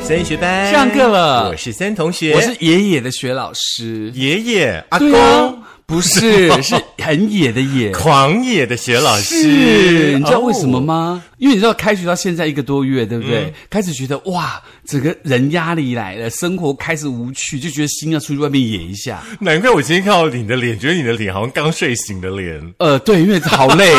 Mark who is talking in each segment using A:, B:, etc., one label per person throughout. A: 三学班
B: 上课了
A: 我是三同学，
B: 我是爷爷的学老师，
A: 爷爷阿
B: 对
A: 公、
B: 啊，不是，是很野的野。
A: 狂野的学老师，
B: 是，你知道为什么
A: 哦？
B: 吗？因为你知道开学到现在一个多月，对不对？开始觉得哇，整个人压力来了，生活开始无趣，就觉得心要出去外面野一下。
A: 难怪我今天看到你的脸，觉得你的脸好像刚睡醒的脸。
B: 呃，对，因为好累。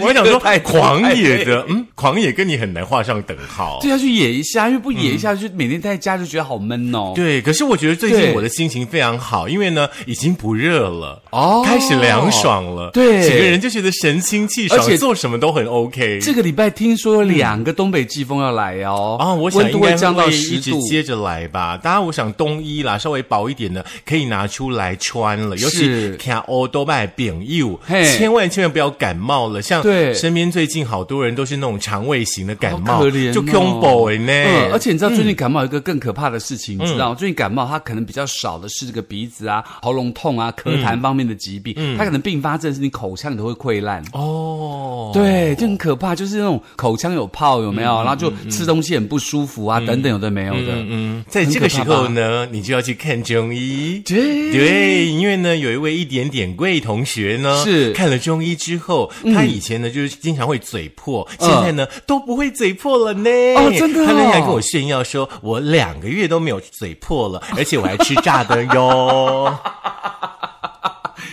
A: 我还想说
B: 太，
A: 狂野的，嗯，狂野跟你很难画上等号。
B: 对，要去野一下，因为不野一下，就每天待在家就觉得好闷哦。
A: 嗯对，可是我觉得最
B: 对
A: 近我的心情非常好，因为呢，已经不热了，
B: 哦
A: 开始凉爽了，
B: 对
A: 整个人就觉得神清气
B: 而
A: 爽，
B: 且
A: 做什么都很 OK。
B: 这个礼拜听说有两个东北季风要来哦，
A: 啊、我想
B: 温
A: 应
B: 度
A: 该
B: 会降到
A: 会
B: 十
A: 一直
B: 度。
A: 接着来吧。当然，我想冬衣啦，稍微薄一点的可以拿出来穿了。尤其
B: 是
A: 看欧多拜丙柚，
B: 嘿
A: 千万千万不要感冒了。像
B: 对
A: 身边最近好多人都是那种肠胃型的感冒，
B: 好可怜哦
A: 就 combo 哎呢、嗯
B: 嗯，而且你知道最近感冒有一个更可怕的事情，你知道吗？最近感冒它可能比较少的是这个鼻子啊、喉咙痛啊、咳痰方面的疾病，
A: 嗯
B: 它可能并发症是你口腔里头会溃烂。
A: 哦，
B: 对，就很可怕，就是那种口腔有泡有没有，然后就吃东西很不舒服啊，等等，有的没有的。
A: 嗯，在这个时候呢，你就要去看中医。
B: 对
A: 对，因为呢，有一位一点点贵同学呢，
B: 是嗯
A: 看了中医之后，他以前呢就是经常会嘴破，现在呢都不会嘴破了呢。
B: 哦真的哦
A: 他那天还跟我炫耀说，我两个月都没有嘴破了，而且我还吃炸的哟，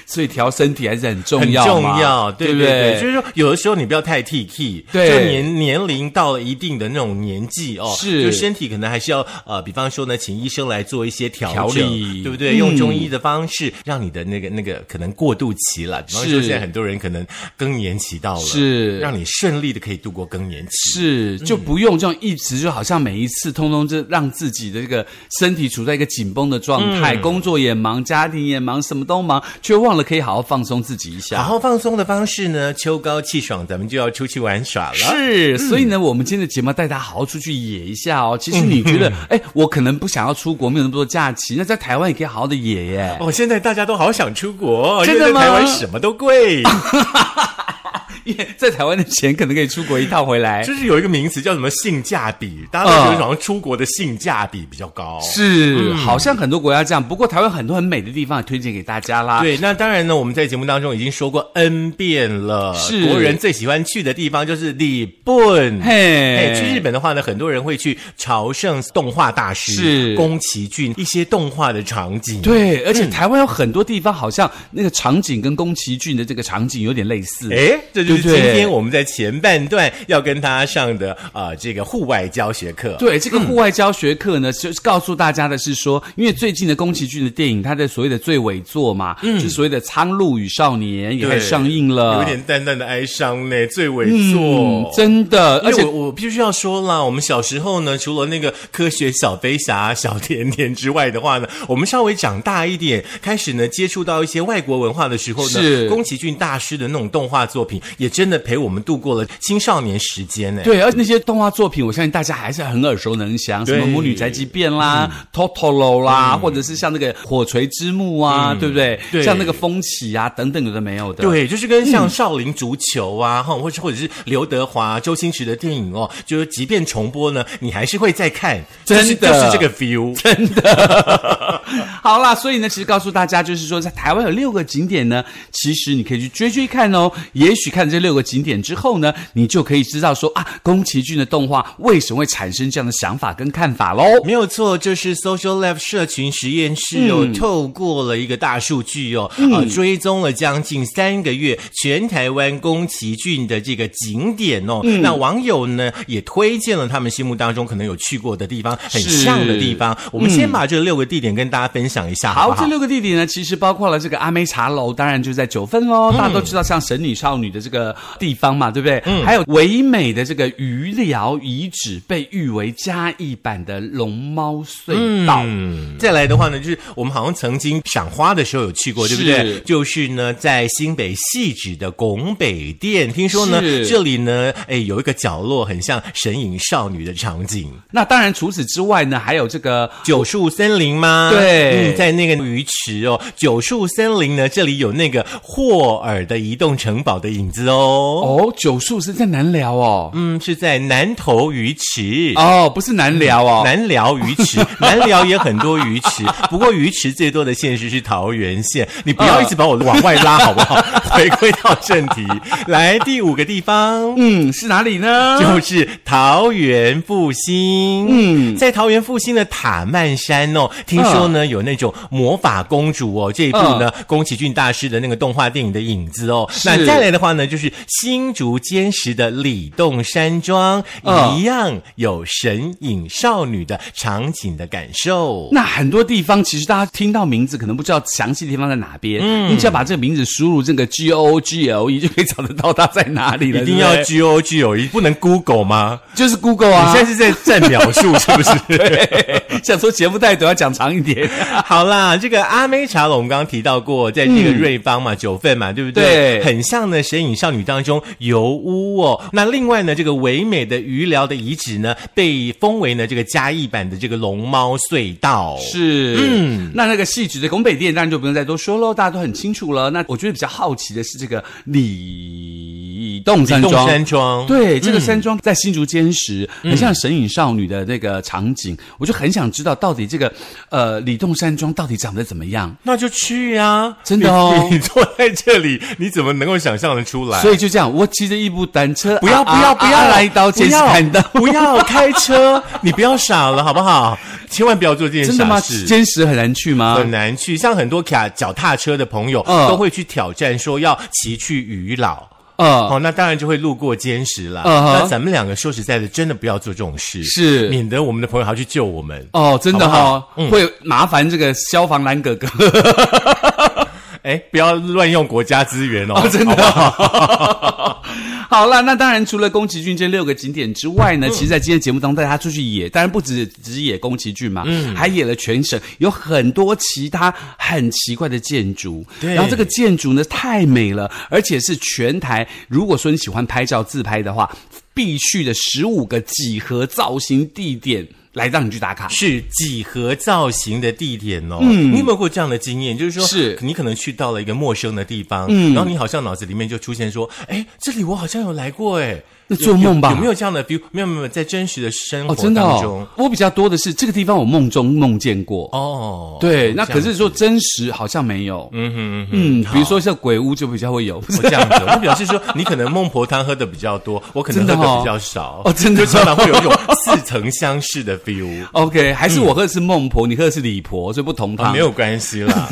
B: 所以调身体还是很重
A: 很
B: 要
A: 重
B: 嘛，
A: 要。对
B: 不
A: 对对，就是说有的时候你不要太 T T，
B: 对
A: 就年年龄到了一定的那种年纪哦，
B: 是
A: 就身体可能还是要呃，比方说呢，请医生来做一些调
B: 调
A: 整，
B: 理嗯
A: 对不对？用中医的方式，让你的那个那个可能过渡期了，比方说
B: 是
A: 现在很多人可能更年期到了，
B: 是
A: 让你顺利的可以度过更年期。
B: 是，就不用这样一直就好像每一次通通就让自己的这个身体处在一个紧绷的状态，
A: 嗯
B: 工作也忙，家庭也忙，什么都忙，却忘了可以好好放松自己一
A: 好
B: 下。
A: 好放松的方式呢，秋高气爽，咱们就要出去玩耍了。
B: 是，所以呢，我们今天的节目要带大家好好出去野一下哦。其实你觉
A: 嗯
B: 得，哎、我可能不想要出国，没有那么多假期，那在台湾也可以好好的野耶。
A: 哦，现在大家都好想出国，
B: 真的
A: 因为在
B: 吗
A: 台湾什么都贵，
B: 因为在台湾的钱可能可以出国一趟回来。
A: 嗯就是有一个名词叫什么性价比，大家都觉得好像出国的性价比比较高。
B: 是，
A: 嗯
B: 好像很多国家这样，不过台湾很多很美的地方也推荐给大家啦。
A: 对，那当然呢，我们在节目当中已经说过 N 遍了，
B: 是
A: 国人最喜欢去的地方就是日本。
B: 嘿
A: 哎，去日本的话呢，很多人会去朝圣动画大师
B: 是
A: 宫崎骏一些动画的场景。
B: 对，而且
A: 嗯
B: 台湾有很多地方好像那个场景跟宫崎骏的这个场景有点类似。
A: 哎，这就是
B: 对
A: 今
B: 不对
A: 天我们在前半段要跟大家上的啊、呃这个户外教学课。
B: 对，这个户外教学课呢，就是告诉大家的是说，因为最近的宫崎骏的电影，它的所谓的最尾作嘛，就是所谓的《苍鹭与少年》也
A: 嗯对
B: 开始上映了，
A: 有一点淡淡的哀伤呢，最尾作。
B: 嗯，真的，而
A: 而且
B: 且
A: 我我必须要说啦，我们小时候呢，除了那个科学小飞侠、小甜甜之外的话呢，我们稍微长大一点，开始呢接触到一些外国文化的时候呢，
B: 是
A: 宫崎骏大师的那种动画作品，也真的陪我们度过了青少年时间呢。
B: 对，而那些动画作品，我相信大家还是很耳熟能详，什
A: 对嗯
B: 么《魔女宅急便》啦，Totoro》啦，或者是像那个《火锤之墓》啊，对不对？
A: 嗯对
B: 像那个《风起》啊，等等，有的没有的。
A: 对，就是跟像少林足球啊，哈、或者或者是刘德华、周星驰的电影哦，就是即便重播呢，你还是会再看，就是
B: 真的
A: 就是这个 feel。
B: 好啦，所以呢，其实告诉大家，就是说，在台湾有六个景点呢，其实你可以去追追看哦。也许看了这六个景点之后呢，你就可以知道说啊，宫崎骏的动画为什么会产生这样的想法跟看法喽。
A: 没有错，就是 Social Lab 社群实验室
B: 嗯
A: 哦，透过了一个大数据哦，啊，追踪了将近三个月全台湾宫崎骏的这个景点哦。
B: 嗯
A: 那网友呢也推荐了他们心目当中可能有去过的地方，很
B: 是嗯
A: 像的地方。我们先把这六个地点跟大家分享一下，好不
B: 好，
A: 好
B: 这？六个地点呢，其实包括了这个阿妹茶楼，当然就在九份喽。
A: 嗯
B: 大家都知道，像神女少女的这个地方嘛，对不对？
A: 嗯
B: 还有唯美的这个余寮遗址，被誉为嘉义版的龙猫隧道。
A: 嗯，再来的话呢，就是我们好像曾经赏花的时候有去过，对不对
B: 是？
A: 就是呢，在新北细指的拱北店，听说呢，
B: 是
A: 这里呢，哎，有一个角落很像神隐少女的场景，
B: 那当然，除此之外呢，还有这个
A: 九树森林吗？
B: 对
A: 嗯，在那个鱼池哦，九树森林呢，这里有那个霍尔的移动城堡的影子子哦。
B: 哦，九树是在南寮哦，
A: 嗯，是在南头鱼池。
B: 哦，不是南寮哦，
A: 嗯南寮鱼池，南寮也很多鱼池，不过鱼池最多的县市是桃园县。你不要一直把我往外拉，好不好？ 回归到正题，来第五个地方。
B: 嗯，是哪里 呢？
A: 就是桃园复兴。嗯，在桃园复兴的塔曼山哦，听说
B: 嗯
A: 呢、有那种魔法公主哦，这一部呢、宫崎骏大师的那个动画电影的影子哦。
B: 是
A: 那再来的话呢，就是新竹坚实的里洞山庄，
B: 嗯
A: 一样有神隐少女的场景的感受。
B: 那很多地方其实大家听到名字可能不知道详细地方在哪边，
A: 嗯
B: 你只要把这个名字输入这个 G O G L E 就可以找得到它在哪里了。
A: 一定要
B: 对不对
A: G O G 有一不能 Google 吗？
B: 就是 Google 啊
A: 你！现在是在占描述是 不是？
B: 在 想说节目带都要讲长 一点，
A: 好啦，这个阿妹茶楼我们刚刚提到过，在这个瑞芳嘛、九份嘛，对不对？
B: 嗯对
A: 很像呢《神隐少女》当中油屋哦。那另外呢，这个唯美的鱼疗的遗址呢，被封为呢这个嘉义版的这个龙猫隧道。
B: 是，嗯，那那个戏曲的拱北店当然就不用再多说喽，大家都很清楚了。那我觉得比较好奇的是这个李洞山
A: 洞
B: 庄。
A: 山庄，
B: 对，这个山庄在新竹坚实，很像《神隐少女》的那个场景，我就很想知道到底这个呃李洞山庄到底长得怎么样。
A: 那就去啊！
B: 真的哦
A: 你你 坐在这里，你怎么能够想象得出来？
B: 所以就这样，我骑着一部单车，
A: 不要
B: 啊
A: 不要
B: 啊
A: 不要
B: 啊来一刀，剪
A: 不
B: 死
A: 要
B: 砍刀。
A: 不要开车，你不要傻了好不好？千万不要做这件
B: 真的
A: 傻
B: 吗？
A: 事。
B: 坚实很难去吗？
A: 很难去，像很多卡脚踏车的朋友、
B: 啊嗯
A: 都会去挑战，说要骑去渔老。
B: 呃，
A: 哦，那当然就会路过坚石啦。
B: 嗯哼
A: 那咱们两个说实在的，真的不要做这种事，
B: 是
A: 免得我们的朋友还要去救我们。
B: 哦，真的哈、
A: 好
B: 哦，会麻烦这个消防蓝哥哥。
A: 哎，不要乱用国家资源哦，
B: 哦， 真
A: 好不
B: 的
A: 好。
B: 好啦，那当然除了宫崎骏这六个景点之外
A: 嗯
B: 呢，其实在今天节目当中带他出去野，当然不止只野宫崎骏嘛，
A: 嗯
B: 还野了全省，有很多其他很奇怪的建筑。
A: 对
B: 然后这个建筑呢太美了，而且是全台，如果说你喜欢拍照自拍的话，必去的十五个几何造型地点来让你去打卡。
A: 是几何造型的地点哦。嗯，你有没有过这样的经验？就是说，
B: 是
A: 你可能去到了一个陌生的地方，嗯，然后你好像脑子里面就出现说，哎，这里我好像有来过，哎，
B: 那
A: 有
B: 做梦
A: 有
B: 吧
A: 有没有这样的 feel？没有没有没有，在真实的生活
B: 哦，真
A: 当
B: 的
A: 中
B: 哦，，我比较多的是这个地方，我梦中梦见过。
A: 哦，
B: 对，那
A: 这
B: 可
A: 样
B: 是说真实好像没有。嗯哼嗯比如说像鬼屋就比较会哦有。
A: 我哦这样子，我表示说，你可能孟婆汤喝的比较多，我可能喝
B: 真的
A: 的
B: 哦
A: 比较少，
B: 哦真的哦
A: 就常常会有一种似曾相识的 feel。
B: OK，还是我喝的是孟婆，你喝的是李婆，所以不同
A: 啊
B: 汤。
A: 没有关系啦，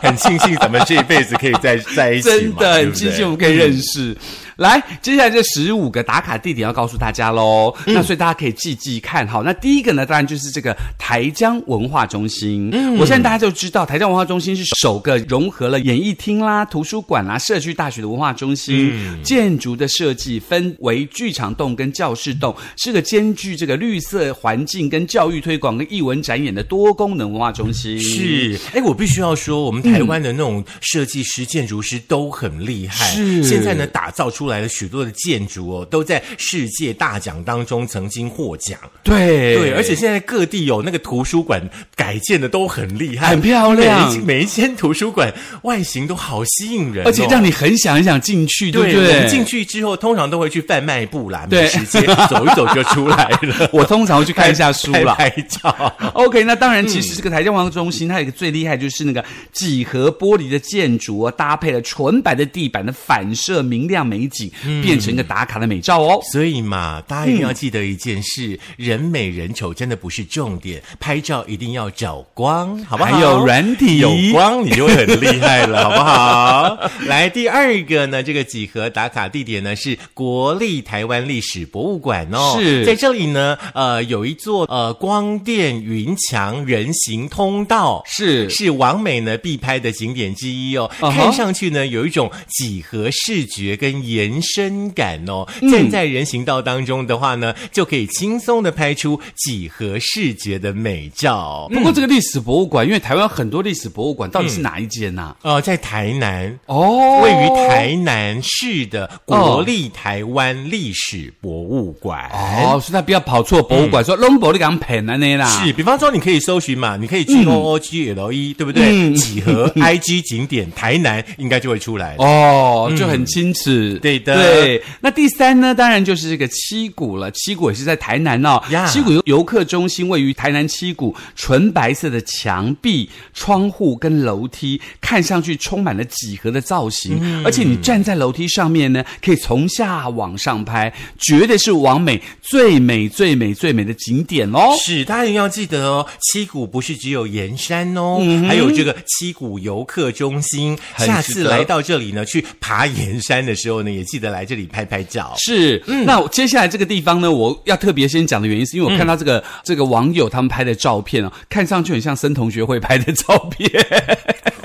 A: 很庆幸咱们这一辈子可以在在一起
B: 真
A: 嘛，
B: 的
A: 对嗯
B: 很
A: 不
B: 庆幸我们
A: 对？
B: 可以认识。来，接下来这十五个打卡地点要告诉大家喽。
A: 嗯
B: 那所以大家可以记记看。好，那第一个呢，当然就是这个台江文化中心。嗯，我相信大家就知道，台江文化中心是首个融合了演艺厅啦、图书馆啦、社区大学的文化中心。
A: 嗯
B: 建筑的设计分为剧场栋跟教室栋，是个兼具这个绿色环境跟教育推广跟艺文展演的多功能文化中心。。
A: 是，哎，我必须要说，我们台湾的那种设计师、建筑师都很厉害。
B: 是
A: 现在呢，打造出来的许多的建筑哦，都在世界大奖当中曾经获奖。
B: 对
A: 对，而且现在各地有那个图书馆改建的都很厉害，
B: 很漂亮
A: 每一每一间图书馆外形都好吸引人哦、
B: 而且让你很想很想进去，对
A: 对
B: 不
A: 我
B: 对？
A: 们进去之后，通常都会去贩卖部啦，
B: 对
A: 美食街走一走就出来了。
B: 我通常会去看一下书
A: 拍
B: 啦。
A: 拍照。
B: OK，那当然，其实这个台江文化中心它有一个最厉害就是那个几何玻璃的建筑哦，搭配了纯白的地板的反射明亮美景，变成一个打卡的美照哦。
A: 所以嘛，大家一定要记得一件事：
B: 嗯
A: 人美人丑真的不是重点，拍照一定要找光，好不好？
B: 还有软体
A: 有光，你就会很厉害了，好不 好？来，第二个呢，这个几何打卡地点呢是国立台湾历史博物馆哦。
B: 是
A: 在这里呢，呃，有一座呃光电云墙人行通道，
B: 是
A: 是王美呢必拍的景点之一哦。
B: 啊哈
A: 看上去呢有一种几何视觉跟颜人参感哦。站在人行道当中的话呢，就可以轻松的拍出几何视觉的美照。
B: 不过这个历史博物馆，因为台湾有很多历史博物馆，到底是哪一间呐、
A: 呃，在台南，
B: 哦
A: 位于台南市的国立台湾历史博物馆。
B: 哦，所以他不要跑错博物馆，说龙博你敢骗啊你啦？
A: 是，比方说你可以搜寻嘛，你可以 G O O G L E，、对不对？几何 I G 景点台南应该就会出来。嗯
B: 哦，就很清楚、
A: 对的
B: 对，那第三呢，当然就是这个七股了。七股也是在台南哦。
A: 呀
B: 七股游游客中心位于台南七股，纯白色的墙壁、窗户跟楼梯，看上去充满了几何的造型。
A: 嗯
B: 而且你站在楼梯上面呢，可以从下往上拍，绝对是往美最美、最美、最美的景点哦。
A: 是，大家一定要记得哦，七股不是只有盐山哦，还有这个七股游客中心。
B: 嗯很
A: 下
B: 值
A: 次
B: 得
A: 来到这里呢，去爬盐山的时候呢，也记得来这里拍拍照。
B: 是，那我接下来这个地方呢，我要特别先讲的原因，是因为我看到这个、这个网友他们拍的照片啊，看上去很像森同学会拍的照片。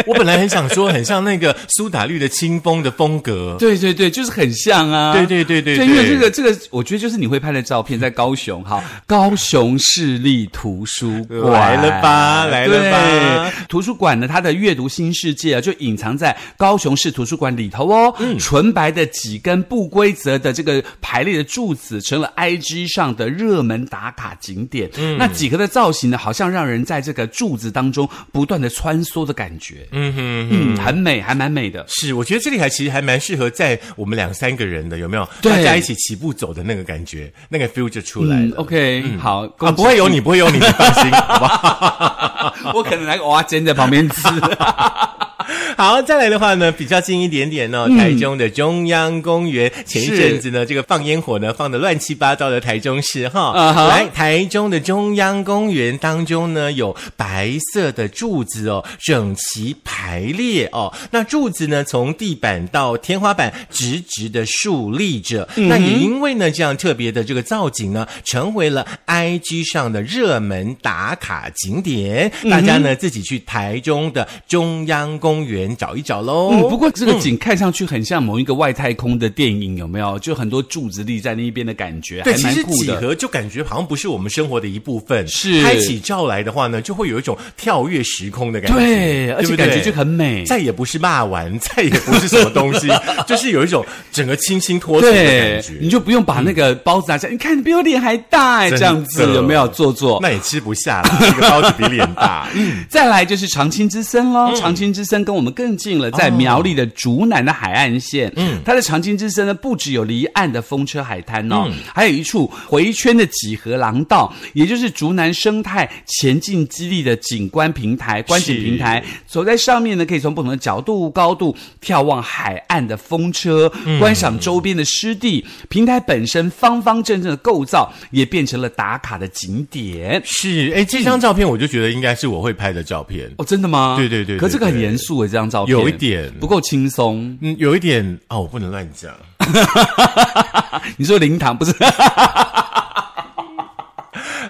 A: 我本来很想说，很像那个苏打绿的清风的风格。
B: 对对对，就是很像啊。
A: 对对对对
B: 对，
A: 对
B: 因为这个这个，我觉得就是你会拍的照片，在高雄， 好，高雄市立图书馆
A: 来了吧来了吧
B: 对图书馆呢，它的阅读新世界啊，就隐藏在高雄市图书馆里头哦。
A: 嗯
B: 纯白的几根不规则的这个排列的柱子，成了 IG 上的热门打卡景点。
A: 嗯
B: 那几何的造型呢，好像让人在这个柱子当中不断的穿梭的感觉。嗯哼嗯，很美，还蛮美的。
A: 是，我觉得这里还其实还蛮适合在我们两三个人的，有没有？
B: 对
A: 大家一起起步走的那个感觉，那个 feel 就出来
B: 嗯哦
A: 了。
B: ，OK，好，
A: 啊，
B: 恭喜
A: 不会有你，不会有你，你放心，好不好？
B: 我可能来个蚵仔煎在旁边 吃。
A: 好，再来的话呢，比较近一点点呢、
B: 嗯
A: 台中的中央公园，前一阵子呢，这个放烟火呢，放的乱七八糟的台中市哈。
B: 啊哈
A: 来，台中的中央公园当中呢，有白色的柱子哦，整齐排列哦。那柱子呢，从地板到天花板直直的竖立着。
B: 嗯
A: 那也因为呢，这样特别的这个造景呢，成为了 IG 上的热门打卡景点。
B: 嗯
A: 大家呢自己去台中的中央公园找一找喽。
B: 嗯，不过这个景看上去很像某一个外太空的电影，有没有？就很多柱子立在那一边的感觉，
A: 对，
B: 还
A: 其
B: 蛮
A: 实
B: 酷
A: 几
B: 的。
A: 何就感觉好像不是我们生活的一部分，
B: 是
A: 拍起照来的话呢，就会有一种跳跃时空的感觉，
B: 对，而
A: 不
B: 且
A: 对
B: 感觉就很美。
A: 再也不是骂完，再也不是什么东 西，就是有一种整个清新脱俗的感
B: 对，你
A: 觉。
B: 就不用把那个包子拿下，你看你比我脸还大哎，
A: 真的
B: 这样子有没有做作？
A: 那也吃不下啦，这个包子比脸大。嗯，
B: 再来就是长青之森喽，长青之森跟我们更近了，在苗栗的竹南的海岸线。嗯，它的长青之森呢，不只有离岸的风车海滩哦，还有一处回圈的几何廊道，也就是竹南生态前进基地的景观平台、观景平台。走在上面呢，可以从不同的角度、高度眺望海岸的风车，观赏周边的湿地。平台本身方方正正的构造，也变成了打卡的景点。
A: 是，哎，这张照片我就觉得应该是我会拍的照片。
B: 哦，真的吗？
A: 对对对对
B: 可这个很严肃诶，这张照片
A: 有一点
B: 不够轻松。
A: 嗯，有一点啊，我不能乱讲。
B: 你说灵堂不是？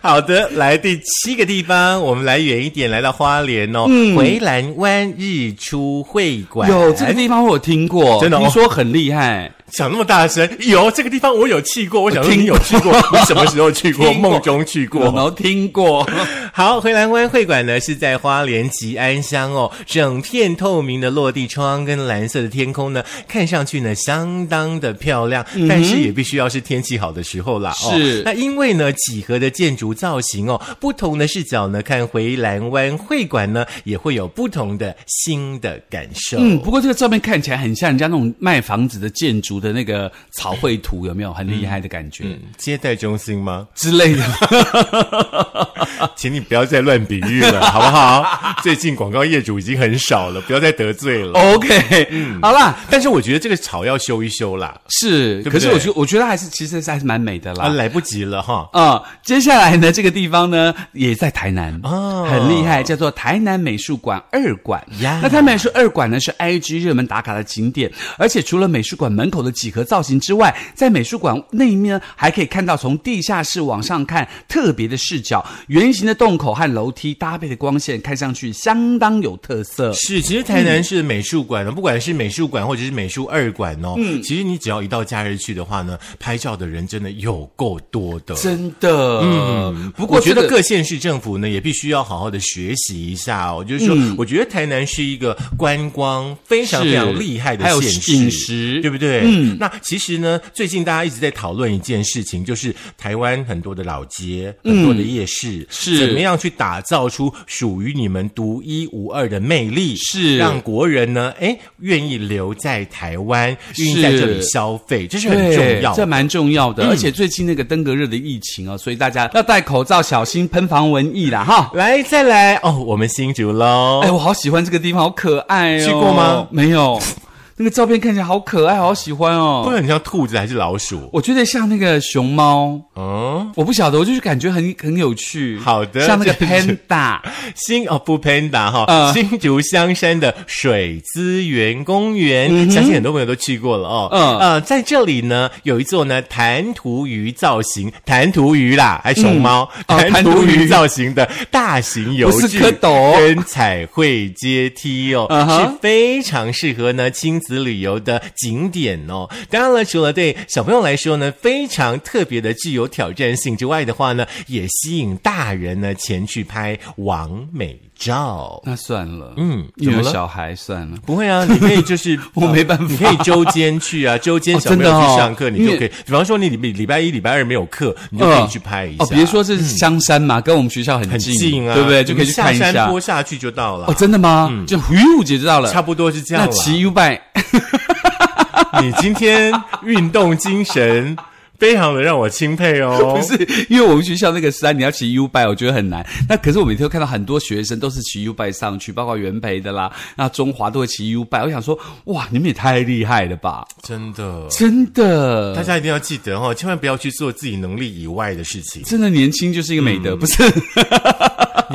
A: 好的，来第七个地方，我们来远一点，来到花莲哦，回蓝湾日出会馆。
B: 嗯 有这个地方我有听过，
A: 真的哦
B: 听说很厉害。
A: 讲那么大声，有这个地方我有去过，我想说
B: 听
A: 你有去过， 你什么时候去过？
B: 听过嗯
A: 梦中去
B: 我
A: 过。
B: 没有听过，
A: 好，回蓝湾会馆呢是在花莲吉安乡哦，整片透明的落地窗跟蓝色的天空呢，看上去呢相当的漂亮，但是也必须要是天气好的时候啦。哦
B: 嗯是
A: 那因为呢几何的建筑造型哦，不同的视角呢看回蓝湾会馆呢，也会有不同的新的感受。
B: 嗯，不过这个照片看起来很像人家那种卖房子的建筑的那个草绘图，有没有很厉害的感觉、
A: 嗯接待中心吗？
B: 之类的？
A: 请你不要再乱比喻了，好不好？ 最近广告业主已经很少了，不要再得罪了。
B: OK，好
A: 嗯
B: 啦，
A: 哦但是我觉得这个草要修一修啦，
B: 是，
A: 对不
B: 可是
A: 对
B: 我觉得我觉得还是其实还是蛮美的啦。
A: 啊，来不及了哈。
B: 啊、接下来呢，这个地方呢也在台南，
A: 哦
B: 很厉害，叫做台南美术馆二馆。
A: 呀
B: 那台南美术二馆呢是 IG 热门打卡的景点，而且除了美术馆门口的的几何造型之外，在美术馆内面呢，还可以看到从地下室往上看特别的视角，圆形的洞口和楼梯搭配的光线，看上去相当有特色。
A: 是，其实台南市的美术馆呢，不管是美术馆或者是美术二馆哦，其实你只要一到假日去的话呢，拍照的人真的有够多的。
B: 真的，
A: 呃
B: 嗯，不过
A: 我觉
B: 这
A: 得
B: 个
A: 各县市政府呢，也必须要好好的学习一下哦。就是说，
B: 嗯
A: 我觉得台南是一个观光非常
B: 是
A: 非常厉害的
B: 还有
A: 县市，
B: 饮食
A: 对不对？嗯。那其实呢，最近大家一直在讨论一件事情，就是台湾很多的老街、很多的夜市，
B: 嗯是
A: 怎么样去打造出属于你们独一无二的魅力，
B: 是
A: 让国人呢，哎，愿意留在台湾，愿意在这里消费，这是很重
B: 对
A: 要的嗯
B: 这。蛮重要的。而且最近那个登革热的疫情哦，所以大家要戴口罩，小心喷防蚊疫啦哈。
A: 来，再来哦，我们新竹喽。
B: 哎，我好喜欢这个地方，好可爱哦。
A: 哦去过吗？
B: 没有，那个照片看起来好可爱，好喜欢
A: 不
B: 哦。
A: 会很像兔子还是老鼠？
B: 我觉得像那个熊猫，
A: 嗯，
B: 我不晓得，我就是感觉很很有趣。
A: 好的
B: 像那个
A: 这是
B: panda，
A: 新哦不 panda 哈、
B: 呃
A: 新竹香山的水资源公园，相信很多朋友都去过了哦。
B: 嗯
A: 呃，在这里呢有一座呢弹涂鱼造型，弹涂鱼啦，还熊猫，
B: 嗯哦
A: 弹涂
B: 弹涂鱼
A: 鱼造型的大型游
B: 不是
A: 具，
B: 蝌蚪
A: 跟彩绘阶梯哦
B: 嗯哼
A: 是非常适合呢亲子旅游的景点哦。当然了，除了对小朋友来说呢非常特别的具有挑战性之外的话呢，也吸引大人呢前去拍完美照。
B: 那算了，
A: 嗯
B: 因
A: 怎
B: 为
A: 么了
B: 小孩算了。
A: 不会啊，你可以就是
B: 我没办法
A: 你可以周间去啊，周间
B: 哦
A: 小朋友
B: 真的哦
A: 去上课，你就
B: 因为
A: 可以，比方说你礼礼拜一、礼拜二没有课，你就可以去拍一下。嗯
B: 哦，别说是香山嘛，跟我们学校很
A: 很
B: 近，
A: 近啊，
B: 对不对？就可以去看一
A: 下山
B: 下。
A: 坡下去就到了
B: 哦，，真的吗？就呼解知道了。
A: 差不多是这样
B: 那
A: 了。
B: 骑 U bike
A: 你今天运动精神非常的让我钦佩哦。
B: 不是因为我们学校那个山，你要骑 U bike，我觉得很难。那可是我每天都看到很多学生都是骑 U bike 上去，包括元培的啦，那中华都会骑 U bike。我想说，哇，你们也太厉害了吧！
A: 真的，
B: 真的，。
A: 大家一定要记得哦，千万不要去做自己能力以外的事情
B: 真的年轻就是一个美德，不是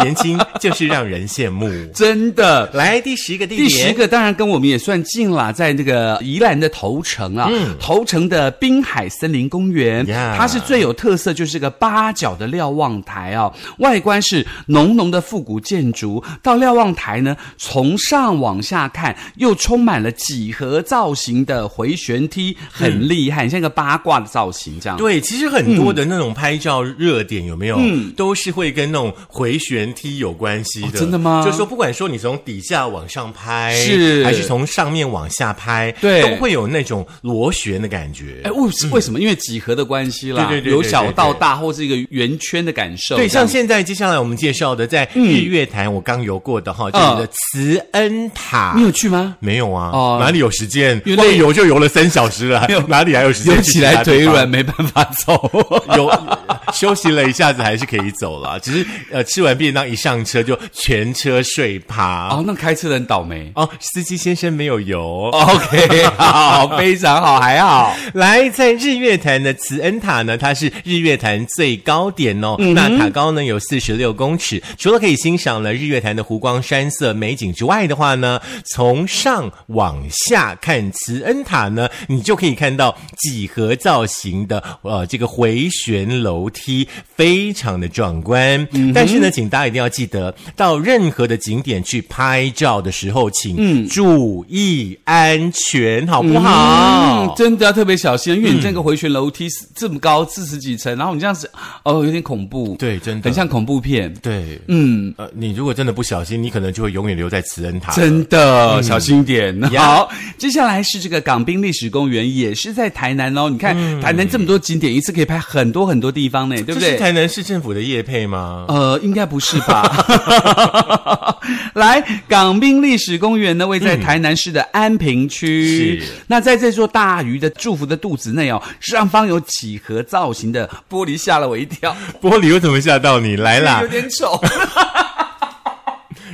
A: 年轻就是让人羡 慕。
B: 真的。
A: 来，第十个地
B: 第
A: 点，
B: 十个当然跟我们也算近啦，在这个宜兰的头城啊，头城的滨海森林公
A: 嗯
B: 园
A: Yeah
B: 它是最有特色，就是个八角的瞭望台啊，外观是浓浓的复古建筑，到瞭望台呢，从上往下看，又充满了几何造型的回旋梯，很厉害，像一个八卦的造型这样。
A: 对，其实很多的那种拍照热点有没有，都是会跟那种回旋梯有关系的。
B: 嗯哦真的吗
A: 就是说，不管说你从底下往上拍，
B: 是
A: 还是从上面往下拍，
B: 对
A: 都会有那种螺旋的感觉。
B: 哎，为为什么？因为几何的关系
A: 嗯
B: 啦，
A: 对对对对
B: 由小到大，或是一个圆圈的感受。
A: 对，
B: 这样嗯
A: 像现在接下来我们介绍的，在日月潭我刚游过的哈，这里的慈恩塔，
B: 啊你有去吗？
A: 没有啊？
B: 哦
A: 哪里有时间？
B: 因为
A: 光游就游了三小时了
B: 没有，
A: 哪里还 有时间
B: 游
A: 去
B: 起
A: 其他
B: 来
A: 地
B: 腿
A: 方
B: 软，没办法走。
A: 有休息了一下子，还是可以走了。只是呃，吃完便当一上车就全车睡趴。哦
B: 哦，那哦开车的人倒 霉。
A: 司机先生没有油。
B: OK，好， 非常好，还好。
A: 来，在日月潭的慈恩塔呢，它是日月潭最高点哦。那塔高呢有四十六公尺，除了可以欣赏了日月潭的湖光山色美景之外的话呢，从上往下看慈恩塔呢，你就可以看到几何造型的呃这个回旋楼梯，非常的壮观。但是呢，请大家一定要记得，到任何的景点去拍照的时候，请注意安全，好不好？
B: 嗯，真的要特别小心，因为你这个回旋楼梯这么高，四十几层，然后你这样子，哦，有点恐怖。
A: 对真的
B: 很像恐怖片。
A: 对，
B: 嗯，
A: 呃，你如果真的不小心，你可能就会永远留在慈恩塔。
B: 真的，小心一点。
A: 呀
B: 好，接下来是这个港滨历史公园，也是在台南哦。你看，台南这么多景点，一次可以拍很多很多地方呢，对
A: 这
B: 不
A: 是
B: 对？
A: 台南市政府的业配吗？
B: 呃，应该不是 吧？来，港滨历史公园呢，位在台南市的安平
A: 嗯
B: 区。
A: 是
B: 那在这座大鱼的祝福的肚子内哦，上方有几何造型的玻 璃，吓了我一跳，
A: 玻璃又怎么吓到你？来啦
B: 有，点丑。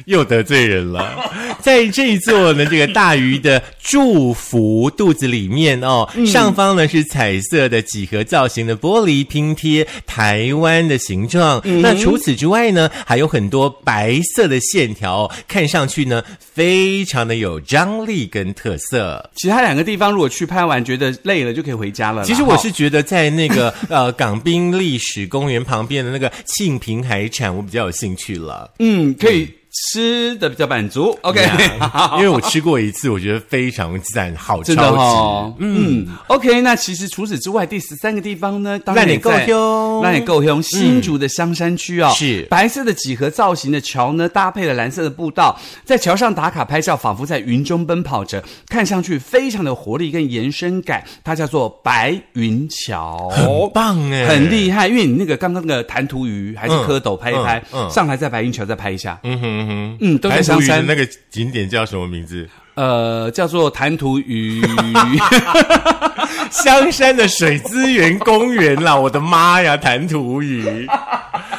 A: 又得罪人了。 在这一座呢，这个大鱼的祝福肚子里面哦，
B: 嗯
A: 上方呢是彩色的几何造型的玻璃拼贴台湾的形状。
B: 嗯
A: 那除此之外呢，还有很多白色的线条哦，看上去呢非常的有张力跟特色。
B: 其他两个地方如果去拍完觉得累了，就可以回家了啦。
A: 其实我
B: 哈
A: 是觉得在那 个呃港滨历史公园旁边的那个庆平海产，我比较有兴趣了。
B: 嗯，可以吃的比较满足。OK，
A: 因为我吃过一次，我觉得非常赞，好超
B: 真
A: 值。
B: 的哦，嗯，OK，那其实除此之外，第十三个地方呢，当然也在
A: 让你够凶
B: 让你够凶。新竹的香山区哦，
A: 是
B: 白色的几何造型的桥呢，搭配了蓝色的步道，在桥上打卡拍照，仿佛在云中奔跑着，看上去非常的活力跟延伸感。它叫做白云桥，
A: 好棒哎，
B: 很厉害，因为你那个刚刚那个弹涂鱼还是蝌蚪拍一拍，
A: 嗯嗯嗯
B: 上来在白云桥再拍一下，
A: 嗯哼嗯哼，
B: 嗯都在
A: 白
B: 香
A: 头鱼的
B: 山
A: 那个景点叫什么名字？
B: 呃，叫做弹涂 鱼。
A: 香山的水资源公园啦，我的妈呀，弹涂鱼。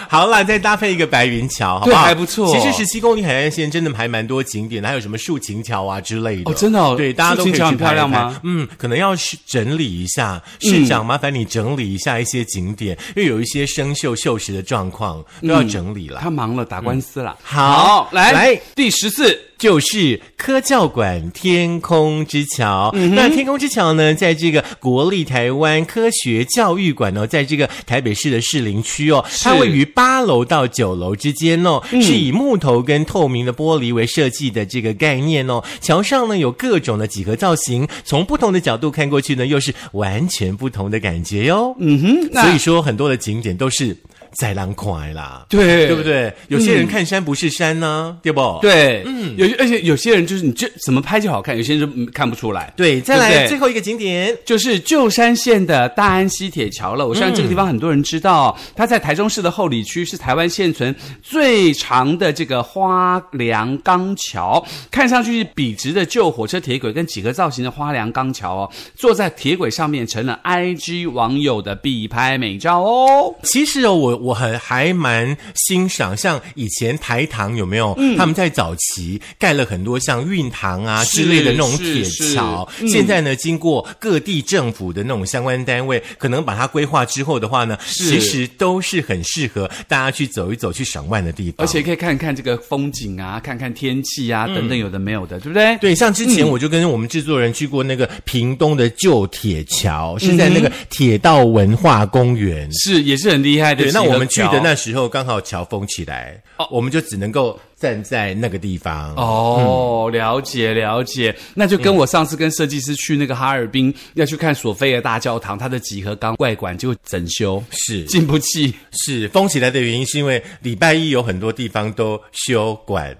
A: 好啦，再搭配一个白云桥，好不
B: 对
A: 好？
B: 还不错
A: 其实十七公里海岸线真的还蛮多景点的，还有什么竖琴桥啊之类的。
B: 哦真的哦
A: 对，大家都可
B: 竖
A: 以去
B: 琴桥很
A: 拍一
B: 漂亮
A: 拍
B: 吗？嗯
A: 嗯，可能要是整理一下，市长麻烦你整理一下一些景点，因为有一些生锈锈蚀的状况都
B: 嗯
A: 要整理啦。
B: 他忙了，打官司了。
A: 嗯好
B: 来
A: 来
B: 第十四，
A: 就是科教馆天空之桥。
B: 嗯
A: 那天空之桥呢，在这个国立台湾科学教育馆哦，在这个台北市的士林区哦，它位于八楼到九楼之间哦，
B: 嗯
A: 是以木头跟透明的玻璃为设计的这个概念哦。桥上呢有各种的几何造型，从不同的角度看过去呢，又是完全不同的感觉哟。嗯
B: 哼那
A: 所以说很多的景点都是在浪快啦。
B: 对嗯
A: 对不？对？有些人看山不是山呢、对不？
B: 对，嗯，有而且有些人就是你这怎么拍就好看，有些人就嗯看不出来。
A: 对，再
B: 对不
A: 来
B: 对
A: 最后一个景点。
B: 就是旧山县的大安溪铁桥了。我相信这个地方很多人知道、
A: 嗯
B: 它在台中市的后里区是台湾现存最长的这个花梁钢桥，看上去是笔直的旧火车铁轨跟几何造型的花梁钢桥哦，坐在铁轨上面成了 IG 网友的必拍美照哦。
A: 其实哦，我我很还蛮欣赏，像以前台糖有没有？他们在早期盖了很多像运糖啊
B: 是
A: 之类的那种铁
B: 是是
A: 桥。现在呢，经过各地政府的那种相关单位，可能把它规划之后的话呢，其实都是很适合大家去走一走、去赏玩的地方。
B: 而且可以看看这个风景啊，看看天气啊，等等，有的没有的，对不对？
A: 对，像之前我就跟我们制作人去过那个屏东的旧铁桥，是在那个铁道文化公园。
B: 是也是很厉害的
A: 对，
B: 集合
A: 那
B: 桥。
A: 我们去的那时候刚好桥封起来，我们就只能够站在那个地方。
B: 哦，
A: 嗯
B: 了解了解，那就跟我上次跟设计师去那个哈尔滨，要去看索菲尔大教堂，它的几何钢外管就整修，
A: 是
B: 进不去
A: 是封起来的原因是因为礼拜一有很多地方都休馆。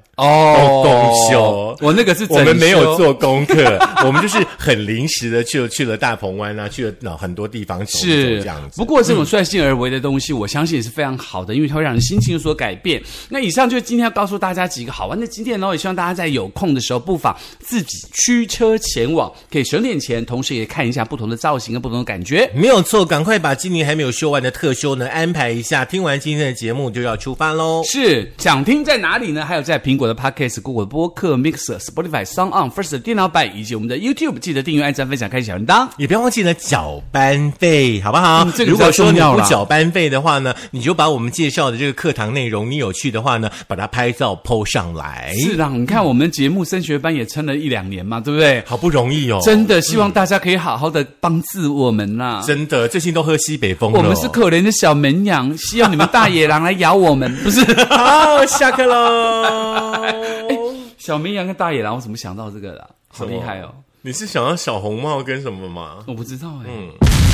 A: 都
B: 哦
A: 公休，
B: 我那个是整
A: 我们没有
B: 修
A: 做功课， 我们就是很临时的去了去了大鹏湾啊，去了那很多地方走一走
B: 是嗯
A: 这样子。
B: 不过这种率性而为的东西，我相信也是非常好的，因为它会让人心情有所改变。那以上就是今天要告诉大家几个好玩的景点喽，也希望大家在有空的时候，不妨自己驱车前往，可以省点钱，同时也看一下不同的造型跟不同的感觉。
A: 没有错，赶快把今年还没有休完的特休呢安排一下，听完今天的节目就要出发喽。
B: 是想听在哪里呢？还有在苹果的 Podcast、Google 播客、Mixer、Spotify、s o n g On、First 的电脑版以及我们的 YouTube，记得订阅、按赞、分享、开小铃铛。
A: 也不要忘记了缴班费，好不好？
B: 嗯这个
A: 如果
B: 比较
A: 说
B: 重
A: 你
B: 要
A: 不
B: 啦
A: 缴班费的话呢，你就把我们介绍的这个课堂内容，你有趣的话呢，把它拍照 PO 上来，
B: 是啦，你看我们节目升学班也撑了一两年嘛，对不对？
A: 好不容易哦，
B: 真的希望大家可以好好的帮自我们啦。
A: 真的，最近都喝西北风了。哦
B: 我们是可怜的小绵羊，希望你们大野狼来咬 我们，不是？
A: 好，下 课
B: 哎
A: 喽。
B: 小绵羊跟大野狼，我怎么想到这个的啊？好厉害哦！
A: 你是想要小红帽跟什么吗？
B: 我不知道哎、
A: 嗯